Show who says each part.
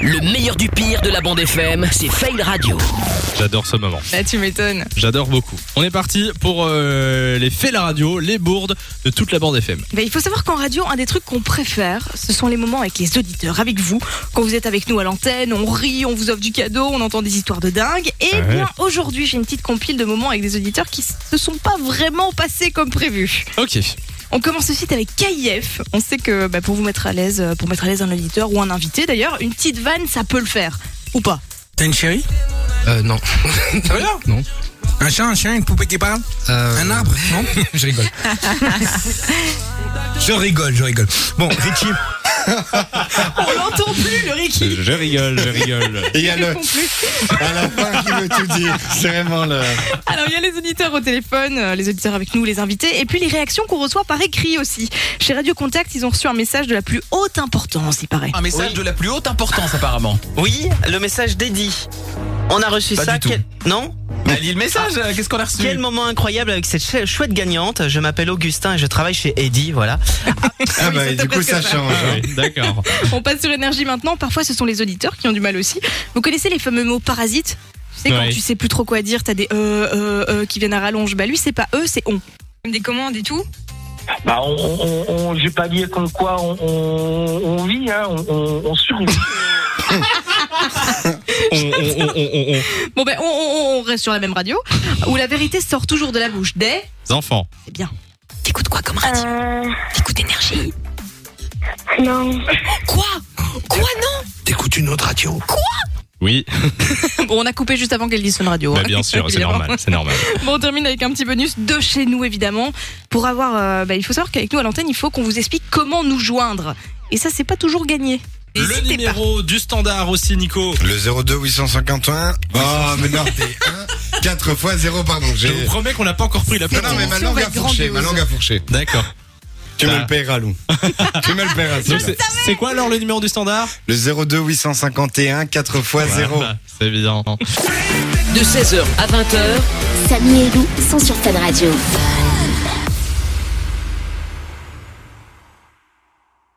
Speaker 1: Le meilleur du pire de la bande FM, c'est Fail Radio.
Speaker 2: J'adore ce moment.
Speaker 3: Là, Bah, tu m'étonnes.
Speaker 2: J'adore beaucoup. On est parti pour euh, les faits de la radio, les bourdes de toute la bande FM.
Speaker 3: Ben, il faut savoir qu'en radio, un des trucs qu'on préfère, ce sont les moments avec les auditeurs, avec vous. Quand vous êtes avec nous à l'antenne, on rit, on vous offre du cadeau, on entend des histoires de dingue. Et
Speaker 2: Ouais.
Speaker 3: bien, aujourd'hui, j'ai une petite compile de moments avec des auditeurs qui se sont pas vraiment passés comme prévu.
Speaker 2: Ok.
Speaker 3: On commence tout de suite avec KIF. On sait que ben, pour vous mettre à l'aise, euh, pour mettre à l'aise un auditeur ou un invité d'ailleurs, une petite vanne, ça peut le faire. Ou pas
Speaker 4: T'as une chérie
Speaker 5: Euh, non. Non.
Speaker 4: Un chat, un chien, une poupée qui parle
Speaker 5: Euh,
Speaker 4: Un arbre Non Je rigole. je rigole, je rigole. Bon, Richie.
Speaker 3: On l'entend plus, le Ricky.
Speaker 2: Je rigole, je rigole.
Speaker 6: Et il y a le
Speaker 3: Non plus.
Speaker 6: à la fin qui veut tout dire. C'est vraiment le.
Speaker 3: Alors, il y a les auditeurs au téléphone, euh, les auditeurs avec nous, les invités, et puis les réactions qu'on reçoit par écrit aussi. Chez Radio Contact, ils ont reçu un message de la plus haute importance, il paraît.
Speaker 7: Un message de la plus haute importance apparemment.
Speaker 8: Oui, le message d'Eddie. On a reçu
Speaker 7: Pas
Speaker 8: ça.
Speaker 7: du tout.
Speaker 8: quel- Non
Speaker 7: Elle lit le message, euh, qu'est-ce qu'on a reçu
Speaker 8: Quel moment incroyable avec cette chou- chouette gagnante. Je m'appelle Augustin et je travaille chez Eddie, voilà.
Speaker 6: Ah bah,
Speaker 3: c'était
Speaker 6: du coup,
Speaker 3: presque
Speaker 6: ça
Speaker 3: ça.
Speaker 6: change. hein.
Speaker 2: Ouais, D'accord.
Speaker 3: On passe sur énergie maintenant. Parfois, ce sont les auditeurs qui ont du mal aussi. Vous connaissez les fameux mots parasites Tu sais, quand
Speaker 2: Ouais.
Speaker 3: tu sais plus trop quoi dire, t'as des euh, euh, euh qui viennent à rallonge. Bah, lui, c'est pas eux, c'est on. Des commandes et tout
Speaker 9: Bah, on, on, on- je vais pas dire comme quoi on, on, on vit, hein, on, on, on survit.
Speaker 3: Bon, ben, on, on- on- on reste sur la même radio, où la vérité sort toujours de la bouche des.
Speaker 2: Les enfants.
Speaker 3: C'est bien. T'écoutes quoi comme radio T'écoutes énergie
Speaker 10: Non.
Speaker 3: Quoi Quoi non
Speaker 4: T'écoutes une autre radio
Speaker 2: Oui,
Speaker 3: Bon, on a coupé juste avant qu'elle dise son radio.
Speaker 2: bah,
Speaker 3: hein.
Speaker 2: bien sûr, c'est
Speaker 3: Évidemment.
Speaker 2: normal, c'est normal.
Speaker 3: Bon, on termine avec un petit bonus de chez nous, évidemment. Pour avoir, euh, bah, il faut savoir qu'avec nous à l'antenne, il faut qu'on vous explique comment nous joindre. Et ça, c'est pas toujours gagné.
Speaker 2: Le numéro du standard aussi, Nico.
Speaker 6: Le 02 851. Oh, mais non, t'es 1. 4 fois 0, pardon.
Speaker 2: Je
Speaker 6: J'ai.
Speaker 2: vous promets qu'on n'a pas encore pris la
Speaker 6: Non, non,
Speaker 2: plateforme.
Speaker 6: mais ma langue
Speaker 3: va
Speaker 6: a
Speaker 3: être
Speaker 6: fourché. Ma
Speaker 3: grandiose.
Speaker 6: langue a fourché.
Speaker 2: D'accord.
Speaker 6: Tu me
Speaker 2: Ça-
Speaker 6: le paieras, Lou. tu me le paieras.
Speaker 2: Donc,
Speaker 6: celui-là.
Speaker 2: c'est- C'est quoi alors le numéro du standard
Speaker 6: Le 02 851 4 fois 0.
Speaker 2: Voilà, C'est évident.
Speaker 1: De 16h à 20h,
Speaker 10: Samy et Lou sont sur Fan Radio.